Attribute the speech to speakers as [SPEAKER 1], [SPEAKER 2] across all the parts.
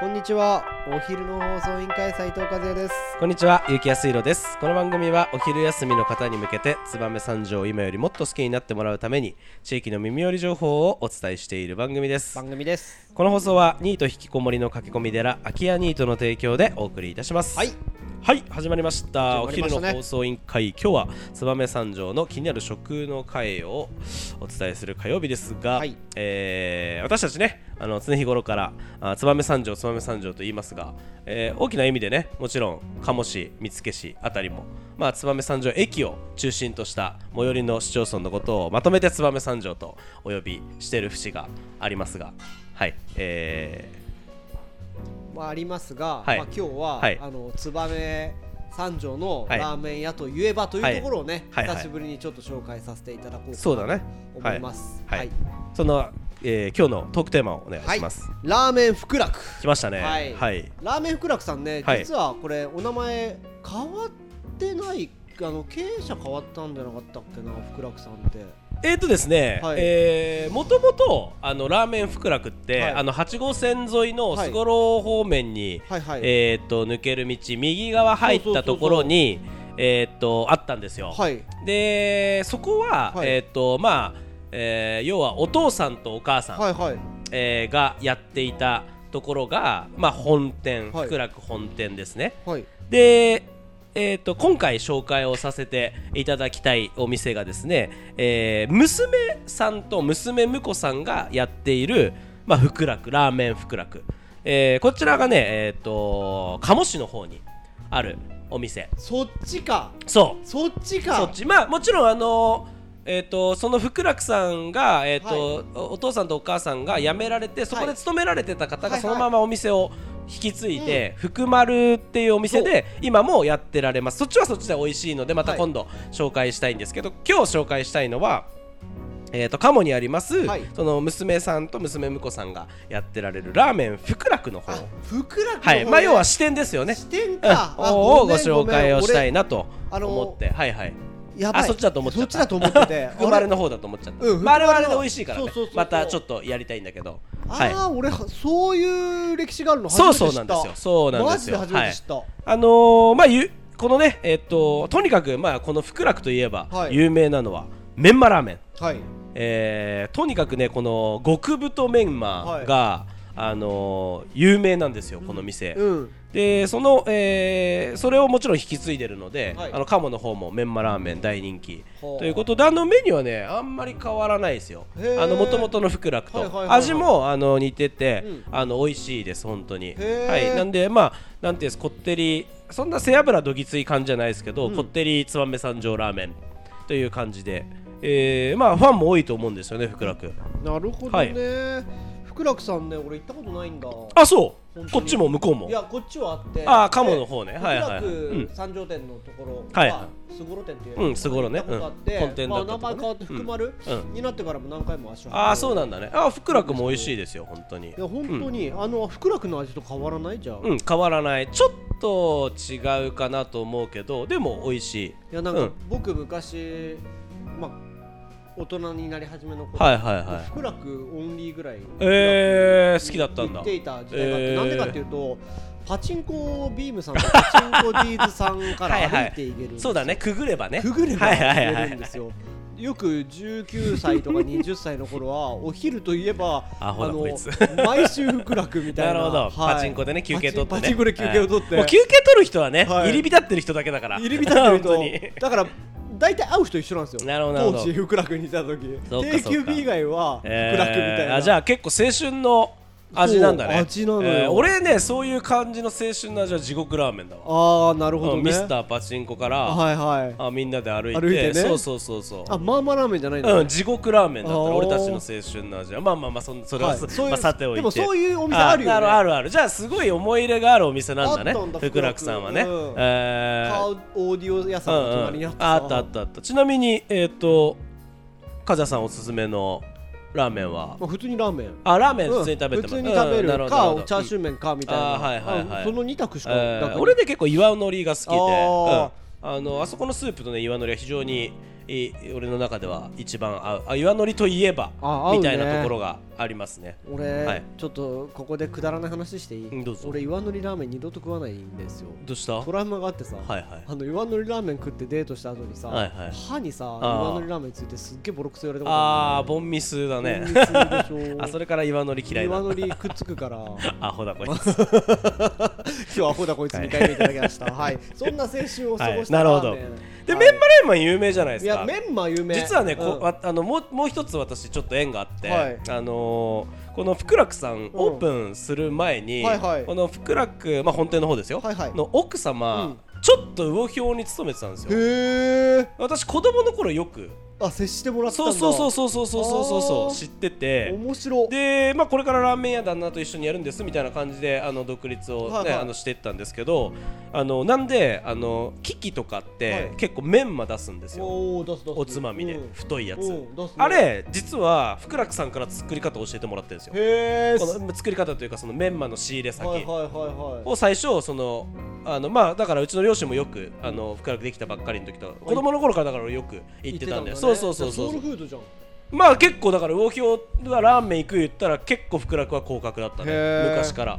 [SPEAKER 1] こんにちはお昼の放送委員会斉藤和也です
[SPEAKER 2] こんにちは、ゆうきやすいろです。この番組はお昼休みの方に向けて、燕三条を今よりもっと好きになってもらうために、地域の耳寄り情報をお伝えしている番組です。
[SPEAKER 1] 番組です
[SPEAKER 2] この放送は、ニート引きこもりの駆け込み寺、空き家ニートの提供でお送りいたします。
[SPEAKER 1] はい。
[SPEAKER 2] はい、始まりまし
[SPEAKER 1] 始
[SPEAKER 2] た。お
[SPEAKER 1] まりま
[SPEAKER 2] 昼
[SPEAKER 1] したね
[SPEAKER 2] の放送委員会、今日は燕三条の気になる食の会をお伝えする火曜日ですが、
[SPEAKER 1] はい
[SPEAKER 2] えー私たちね、あの常日頃からあ燕三条、燕三条と言いますが、えー大きな意味でね、もちろん鴨市、見附市あたりも、まあ、燕三条駅を中心とした最寄りの市町村のことをまとめて燕三条とお呼びしている節がありますが、はい、え
[SPEAKER 1] まあありますが、
[SPEAKER 2] はい
[SPEAKER 1] まあ今日は、
[SPEAKER 2] はい
[SPEAKER 1] あの燕三条の
[SPEAKER 2] はい
[SPEAKER 1] ラーメン屋といえばというところをね、
[SPEAKER 2] はいはい
[SPEAKER 1] 久しぶりにちょっと紹介させていただこ
[SPEAKER 2] ー
[SPEAKER 1] う
[SPEAKER 2] そう
[SPEAKER 1] と
[SPEAKER 2] だね。
[SPEAKER 1] 思います
[SPEAKER 2] はいその、えー今日のトークテーマをお願い
[SPEAKER 1] はい
[SPEAKER 2] します。
[SPEAKER 1] ラーメン福楽
[SPEAKER 2] 来ましたね。
[SPEAKER 1] は
[SPEAKER 2] はいい。
[SPEAKER 1] ラーメン福楽さんね、
[SPEAKER 2] はい
[SPEAKER 1] 実はこれお名前変わってないあの経営者変わったんじゃなかったっけな福楽さんって
[SPEAKER 2] えっ、とですね、
[SPEAKER 1] はい
[SPEAKER 2] えもともとあのラーメン福楽って、
[SPEAKER 1] はい
[SPEAKER 2] あの8号線沿いの
[SPEAKER 1] はい
[SPEAKER 2] スゴロ方面に、
[SPEAKER 1] はいはい、
[SPEAKER 2] えっ、と抜ける道右側入ったところにえっ、とあったんですよ。
[SPEAKER 1] はい
[SPEAKER 2] でそこは、
[SPEAKER 1] はい
[SPEAKER 2] えっ、とまあ、えー要はお父さんとお母さん、
[SPEAKER 1] はいはい
[SPEAKER 2] えーがやっていたところがまあ本店、
[SPEAKER 1] はい
[SPEAKER 2] 福楽本店ですね。
[SPEAKER 1] はい
[SPEAKER 2] で、えー、と今回紹介をさせていただきたいお店がですね、えー娘さんと娘婿さんがやっている、まあ、福楽ラーメン福楽、えーこちらがね、えー、と鴨市の方にあるお店
[SPEAKER 1] そっちか
[SPEAKER 2] そう
[SPEAKER 1] そっちか
[SPEAKER 2] そっちまあもちろんあのえー、とその福楽さんが、えーとおお父さんとお母さんが辞められてそこで勤められてた
[SPEAKER 1] は
[SPEAKER 2] 方
[SPEAKER 1] いは
[SPEAKER 2] が
[SPEAKER 1] い
[SPEAKER 2] そのままお店を引き継いで、福丸っていうお店で今もやってられますそっちはそっちで美味しいのでまた
[SPEAKER 1] はい
[SPEAKER 2] 今度紹介したいんですけど、今日紹介したいのは。えー、と鴨にあります、
[SPEAKER 1] はい
[SPEAKER 2] その娘さんと娘婿さんがやってられるラーメン福楽の方、
[SPEAKER 1] あ福楽の方
[SPEAKER 2] はい、まあ要は支店ですよね
[SPEAKER 1] 視点
[SPEAKER 2] うん
[SPEAKER 1] か、あ
[SPEAKER 2] をご
[SPEAKER 1] めん
[SPEAKER 2] 紹介をしたい
[SPEAKER 1] ご
[SPEAKER 2] なと
[SPEAKER 1] あのー
[SPEAKER 2] 思って、はいはい
[SPEAKER 1] めん俺やばい
[SPEAKER 2] あそっちだと思っちゃった
[SPEAKER 1] そっちだと思って て
[SPEAKER 2] 福丸の方だと思っちゃった、
[SPEAKER 1] うん
[SPEAKER 2] まあ、あれはあ
[SPEAKER 1] 福丸
[SPEAKER 2] れ
[SPEAKER 1] の
[SPEAKER 2] で美味しいからね
[SPEAKER 1] そうそうそうそう
[SPEAKER 2] またちょっとやりたいんだけど
[SPEAKER 1] あ
[SPEAKER 2] は
[SPEAKER 1] れ
[SPEAKER 2] い
[SPEAKER 1] あー俺そういう歴史があるの初め
[SPEAKER 2] そ
[SPEAKER 1] て
[SPEAKER 2] う
[SPEAKER 1] 知った
[SPEAKER 2] そうなんですよそうなんですよ
[SPEAKER 1] マジで初めて知った、
[SPEAKER 2] あのー、まあゆこのねえっととにかくまあこの福楽といえば
[SPEAKER 1] はい
[SPEAKER 2] 有名なのは、メンマラーメン
[SPEAKER 1] はい
[SPEAKER 2] えーとにかくねこの極太メンマが、あのー有名なんですよこの店、
[SPEAKER 1] うん
[SPEAKER 2] でその、えーそれをもちろん引き継いでるので、
[SPEAKER 1] はい
[SPEAKER 2] あの鴨の方もメンマラーメン大人気
[SPEAKER 1] ほう
[SPEAKER 2] ということであのメニューはねあんまり変わらないですよ
[SPEAKER 1] へー
[SPEAKER 2] あの元々の福楽と、
[SPEAKER 1] はいはいはいはい
[SPEAKER 2] 味もあの似てて、
[SPEAKER 1] うん
[SPEAKER 2] あの美味しいです本当に、
[SPEAKER 1] へー
[SPEAKER 2] はい、なんでまあなんていうんですこってりそんな背脂どぎつい感じじゃないですけど、
[SPEAKER 1] うん
[SPEAKER 2] こってり燕三条ラーメンという感じで、えーまあファンも多いと思うんですよね福楽
[SPEAKER 1] なるほどね、
[SPEAKER 2] はい
[SPEAKER 1] 福楽さんね俺行ったことないんだ
[SPEAKER 2] あそ
[SPEAKER 1] 本当に
[SPEAKER 2] うこっちも向こうも
[SPEAKER 1] いやこっちはあって
[SPEAKER 2] あー鴨の方ね
[SPEAKER 1] で
[SPEAKER 2] はいはいはい
[SPEAKER 1] 福
[SPEAKER 2] うん
[SPEAKER 1] 楽三条店のところ
[SPEAKER 2] はい
[SPEAKER 1] まあすごろ店っていう
[SPEAKER 2] うんすごろね
[SPEAKER 1] 行ったことあって、
[SPEAKER 2] うん本店
[SPEAKER 1] まあ
[SPEAKER 2] だっ
[SPEAKER 1] 名
[SPEAKER 2] たと
[SPEAKER 1] 前
[SPEAKER 2] こね
[SPEAKER 1] 変わって福丸、
[SPEAKER 2] うんうん
[SPEAKER 1] になってからも何回も足を運んで
[SPEAKER 2] ああそうなんだねあー福楽も美味しいですよ本当に
[SPEAKER 1] いや本当に、あの福楽の味と変わらないじゃん、
[SPEAKER 2] うん、変わらないちょっと違うかなと思うけどでも美味しい
[SPEAKER 1] いやなんか、
[SPEAKER 2] うん
[SPEAKER 1] 僕昔まあ大人になり始めの頃、
[SPEAKER 2] はいはいはい
[SPEAKER 1] 福楽オンリーぐらい
[SPEAKER 2] えー、好きだったん
[SPEAKER 1] 行
[SPEAKER 2] だ
[SPEAKER 1] っていた時代があって、
[SPEAKER 2] えー
[SPEAKER 1] なんでかっていうとパチンコビームさんとパチンコディーズさんから
[SPEAKER 2] はいはい
[SPEAKER 1] 歩いていけるんです
[SPEAKER 2] そ
[SPEAKER 1] よ
[SPEAKER 2] うだねくぐればね
[SPEAKER 1] くぐれば
[SPEAKER 2] は
[SPEAKER 1] 行
[SPEAKER 2] いはいはいは
[SPEAKER 1] けるん
[SPEAKER 2] い
[SPEAKER 1] ですよよく19歳とか20歳の頃はお昼といえば
[SPEAKER 2] アホだこいつ
[SPEAKER 1] 毎週福楽みたいな
[SPEAKER 2] なるほど、
[SPEAKER 1] はい
[SPEAKER 2] パチンコでね休憩取ってね
[SPEAKER 1] パチンコで休憩を取って、
[SPEAKER 2] はいもう休憩取る人はね、
[SPEAKER 1] はい
[SPEAKER 2] 入り浸ってる人だけ だから
[SPEAKER 1] 入り浸ってる
[SPEAKER 2] 本当に
[SPEAKER 1] とだから大体会う人一緒なんですよ
[SPEAKER 2] なるほどなるほど
[SPEAKER 1] 当時福楽にいた時
[SPEAKER 2] そうか
[SPEAKER 1] 定
[SPEAKER 2] そう
[SPEAKER 1] 休
[SPEAKER 2] か
[SPEAKER 1] 日以外は福楽み
[SPEAKER 2] え
[SPEAKER 1] たい
[SPEAKER 2] ー
[SPEAKER 1] な、
[SPEAKER 2] あじゃあ結構青春の味なんだね
[SPEAKER 1] そう味なのよ
[SPEAKER 2] 俺ねそういう感じの青春の味は地獄ラーメンだわ、
[SPEAKER 1] あーなるほど
[SPEAKER 2] う
[SPEAKER 1] ね
[SPEAKER 2] んミスターパチンコから、
[SPEAKER 1] はいはい
[SPEAKER 2] あみんなで歩いて
[SPEAKER 1] 歩いてね
[SPEAKER 2] そうそうそうそう
[SPEAKER 1] あまあまあラーメンじゃないんだ、
[SPEAKER 2] うん、地獄ラーメンだった
[SPEAKER 1] あ
[SPEAKER 2] ら
[SPEAKER 1] ー
[SPEAKER 2] 俺たちの青春の味はまあまあまあそんそれは
[SPEAKER 1] はい
[SPEAKER 2] そ、
[SPEAKER 1] そういう
[SPEAKER 2] まあ、さておいて
[SPEAKER 1] でもそういうお店あるよね
[SPEAKER 2] なあるあるじゃあすごい思い入れがあるお店なんだね
[SPEAKER 1] あったんだ
[SPEAKER 2] 福楽さんはね、
[SPEAKER 1] うん
[SPEAKER 2] え
[SPEAKER 1] カ
[SPEAKER 2] ー
[SPEAKER 1] ーオーディオ屋さんの
[SPEAKER 2] うん
[SPEAKER 1] 隣
[SPEAKER 2] う
[SPEAKER 1] に
[SPEAKER 2] ん
[SPEAKER 1] あってさ
[SPEAKER 2] あったあったあったちなみにえっ、とカジャさんおすすめのラーメンは
[SPEAKER 1] まあ普通にラーメン
[SPEAKER 2] あラーメン
[SPEAKER 1] うん
[SPEAKER 2] 普通に食べてます、
[SPEAKER 1] 普通に食べる
[SPEAKER 2] うんなほどな
[SPEAKER 1] か
[SPEAKER 2] ほど
[SPEAKER 1] チャーシュー麺かみたいな、
[SPEAKER 2] あーはいはいはい
[SPEAKER 1] あその2択しか、
[SPEAKER 2] え
[SPEAKER 1] 逆
[SPEAKER 2] ー
[SPEAKER 1] に
[SPEAKER 2] 俺ね結構岩のりが好きで
[SPEAKER 1] あー
[SPEAKER 2] うんあのあそこのスープとね岩のりは非常にいい俺の中では一番合うあ岩のりといえば
[SPEAKER 1] あ合うね
[SPEAKER 2] みたいなところがありますね
[SPEAKER 1] 俺、
[SPEAKER 2] はい
[SPEAKER 1] ちょっとここでくだらない話していい、
[SPEAKER 2] うんどうぞ
[SPEAKER 1] 俺岩のりラーメン二度と食わないんですよ
[SPEAKER 2] どうしたは
[SPEAKER 1] トラウマがあってさ、
[SPEAKER 2] いはい
[SPEAKER 1] あの岩のりラーメン食ってデートした後にさ、
[SPEAKER 2] はいはい
[SPEAKER 1] 歯にさ
[SPEAKER 2] ー
[SPEAKER 1] 岩のりラーメンついてすっげえボロクソ言われたこと
[SPEAKER 2] あーボンミスだ
[SPEAKER 1] ある
[SPEAKER 2] ね
[SPEAKER 1] んだよね
[SPEAKER 2] あそ
[SPEAKER 1] れ
[SPEAKER 2] れから岩のり嫌い
[SPEAKER 1] 岩
[SPEAKER 2] だ
[SPEAKER 1] のりくっつく から
[SPEAKER 2] アホだこい つ
[SPEAKER 1] 今日アホだこいつ2回目いただきましたはいそんな青春を過ごした
[SPEAKER 2] はいなるほど
[SPEAKER 1] ラーメン
[SPEAKER 2] で
[SPEAKER 1] はい
[SPEAKER 2] メンマレーマン有名じゃないで
[SPEAKER 1] い
[SPEAKER 2] す
[SPEAKER 1] や
[SPEAKER 2] か
[SPEAKER 1] メンマ有名
[SPEAKER 2] 実はね、こ
[SPEAKER 1] うん
[SPEAKER 2] わあのもうもう一つ私ちょっと縁があって、
[SPEAKER 1] はい
[SPEAKER 2] あのーこの福楽さんオープンする前に、
[SPEAKER 1] はいはい
[SPEAKER 2] この福楽、まあ、本店の方ですよ、
[SPEAKER 1] はいはい
[SPEAKER 2] の奥様、
[SPEAKER 1] うん
[SPEAKER 2] ちょっと魚評に勤めてたんですよ
[SPEAKER 1] へえ
[SPEAKER 2] 私子供の頃よく
[SPEAKER 1] あ接してもらったんだ
[SPEAKER 2] そうそうそうそうそうそうそうそう
[SPEAKER 1] あー
[SPEAKER 2] 知ってて
[SPEAKER 1] 面白
[SPEAKER 2] で、まあ、これからラーメン屋旦那と一緒にやるんですみたいな感じであの独立を、ね
[SPEAKER 1] はいはい
[SPEAKER 2] あのしていったんですけどあのなんであのキキとかっ
[SPEAKER 1] は
[SPEAKER 2] て
[SPEAKER 1] い
[SPEAKER 2] 結構メンマ出すんですよ、
[SPEAKER 1] おお出す出す
[SPEAKER 2] おつまみで
[SPEAKER 1] うん
[SPEAKER 2] 太いやつ、
[SPEAKER 1] うん出すね
[SPEAKER 2] あれ実は福楽さんから作り方を教えてもらってるんですよ
[SPEAKER 1] へえ
[SPEAKER 2] この作り方というかそのメンマの仕入れ先
[SPEAKER 1] はいはいはいはい
[SPEAKER 2] を最初そのあのまあだからうちの両親もよくあの福楽できたばっかりの時と子供の頃からだから俺よく行ってたんで
[SPEAKER 1] 言
[SPEAKER 2] そうそうそうそ
[SPEAKER 1] ソウ
[SPEAKER 2] う
[SPEAKER 1] ルフードじゃん
[SPEAKER 2] まあ結構だから魚評がラーメン行く言ったら結構福楽は広角だった
[SPEAKER 1] へ
[SPEAKER 2] ね
[SPEAKER 1] ー
[SPEAKER 2] 昔から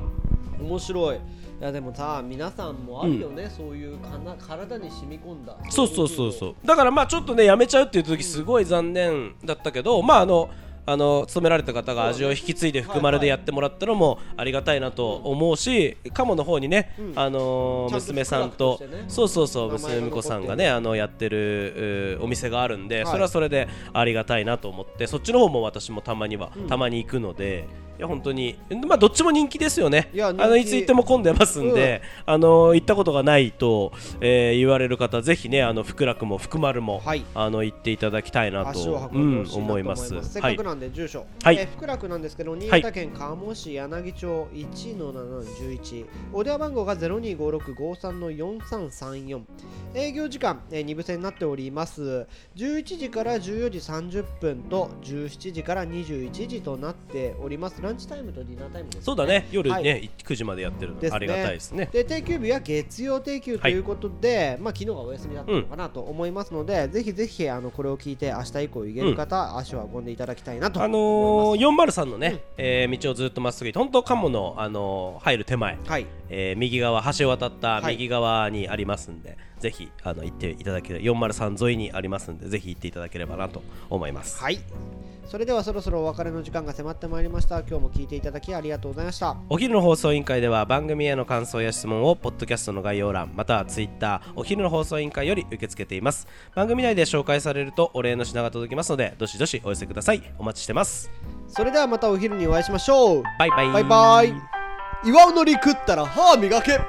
[SPEAKER 1] 面白いいやでもさ皆さんもあるよね、そういうかな体に染み込んだ
[SPEAKER 2] そうそうそう
[SPEAKER 1] う
[SPEAKER 2] そうだからまあちょっとねやめちゃうっていう時すごい残念だったけどまああのあの勤められた方が味を引き継いで
[SPEAKER 1] はい
[SPEAKER 2] 福丸でやってもらったのもありがたいなと思うし鴨の方にね、
[SPEAKER 1] うん
[SPEAKER 2] あのー
[SPEAKER 1] ちゃんと
[SPEAKER 2] 娘さんと
[SPEAKER 1] 福楽としてね
[SPEAKER 2] そうそうそう
[SPEAKER 1] 名前が残って
[SPEAKER 2] 娘
[SPEAKER 1] る
[SPEAKER 2] 婿さんがねあのやってるうーお店があるんで、
[SPEAKER 1] い
[SPEAKER 2] それはそれでありがたいなと思ってそっちの方も私もたまには、
[SPEAKER 1] うん
[SPEAKER 2] たまに行くので。いや本当にまあどっちも人気ですよね
[SPEAKER 1] いや
[SPEAKER 2] あ
[SPEAKER 1] 人気
[SPEAKER 2] のいつ行っても混んでますんで、あの行ったことがないと、えー言われる方ぜひねあの福楽も福丸も、
[SPEAKER 1] はい
[SPEAKER 2] あの行っていただきたいな
[SPEAKER 1] 足を
[SPEAKER 2] と、う
[SPEAKER 1] 運んで
[SPEAKER 2] ん
[SPEAKER 1] ほ、しいなと
[SPEAKER 2] 思
[SPEAKER 1] 思
[SPEAKER 2] い
[SPEAKER 1] い
[SPEAKER 2] ま
[SPEAKER 1] ますす、せっ
[SPEAKER 2] は
[SPEAKER 1] か
[SPEAKER 2] い
[SPEAKER 1] くなんで住所、
[SPEAKER 2] はい
[SPEAKER 1] えー福楽なんですけど新潟県鴨市柳町1の711お電話番号が025653の4334営業時間、えー、2部制になっております11時から14時30分と17時から21時となっておりますランチタイムとディナータイムですね
[SPEAKER 2] そうだね夜ね、
[SPEAKER 1] はい
[SPEAKER 2] 9時までやってるの
[SPEAKER 1] ですね
[SPEAKER 2] ありがたいですね
[SPEAKER 1] で定休日は月曜定休ということで、まあ昨日がお休みだったのかなと思いますので、ぜひぜひあのこれを聞いて明日以降行ける方、足を運んでいただきたいなと
[SPEAKER 2] あ
[SPEAKER 1] 思います。
[SPEAKER 2] のー、403のね、えー道をずっとまっすぐ行って本当鴨の、あのー入る手前、
[SPEAKER 1] はい、
[SPEAKER 2] えー右側橋を渡った
[SPEAKER 1] はい
[SPEAKER 2] 右側にありますんで、ぜひあの行っていただければ403沿いにありますんでぜひ行っていただければなと思います、
[SPEAKER 1] はい、それではそろそろお別れの時間が迫ってまいりました今日も聞いていただきありがとうございました
[SPEAKER 2] お昼の放送委員会では番組への感想や質問をポッドキャストの概要欄またはツイッターお昼の放送委員会より受け付けています番組内で紹介されるとお礼の品が届きますのでどしどしお寄せくださいお待ちしてます
[SPEAKER 1] それではまたお昼にお会いしましょう
[SPEAKER 2] バイバイ
[SPEAKER 1] バイバイ岩のり食ったら歯磨け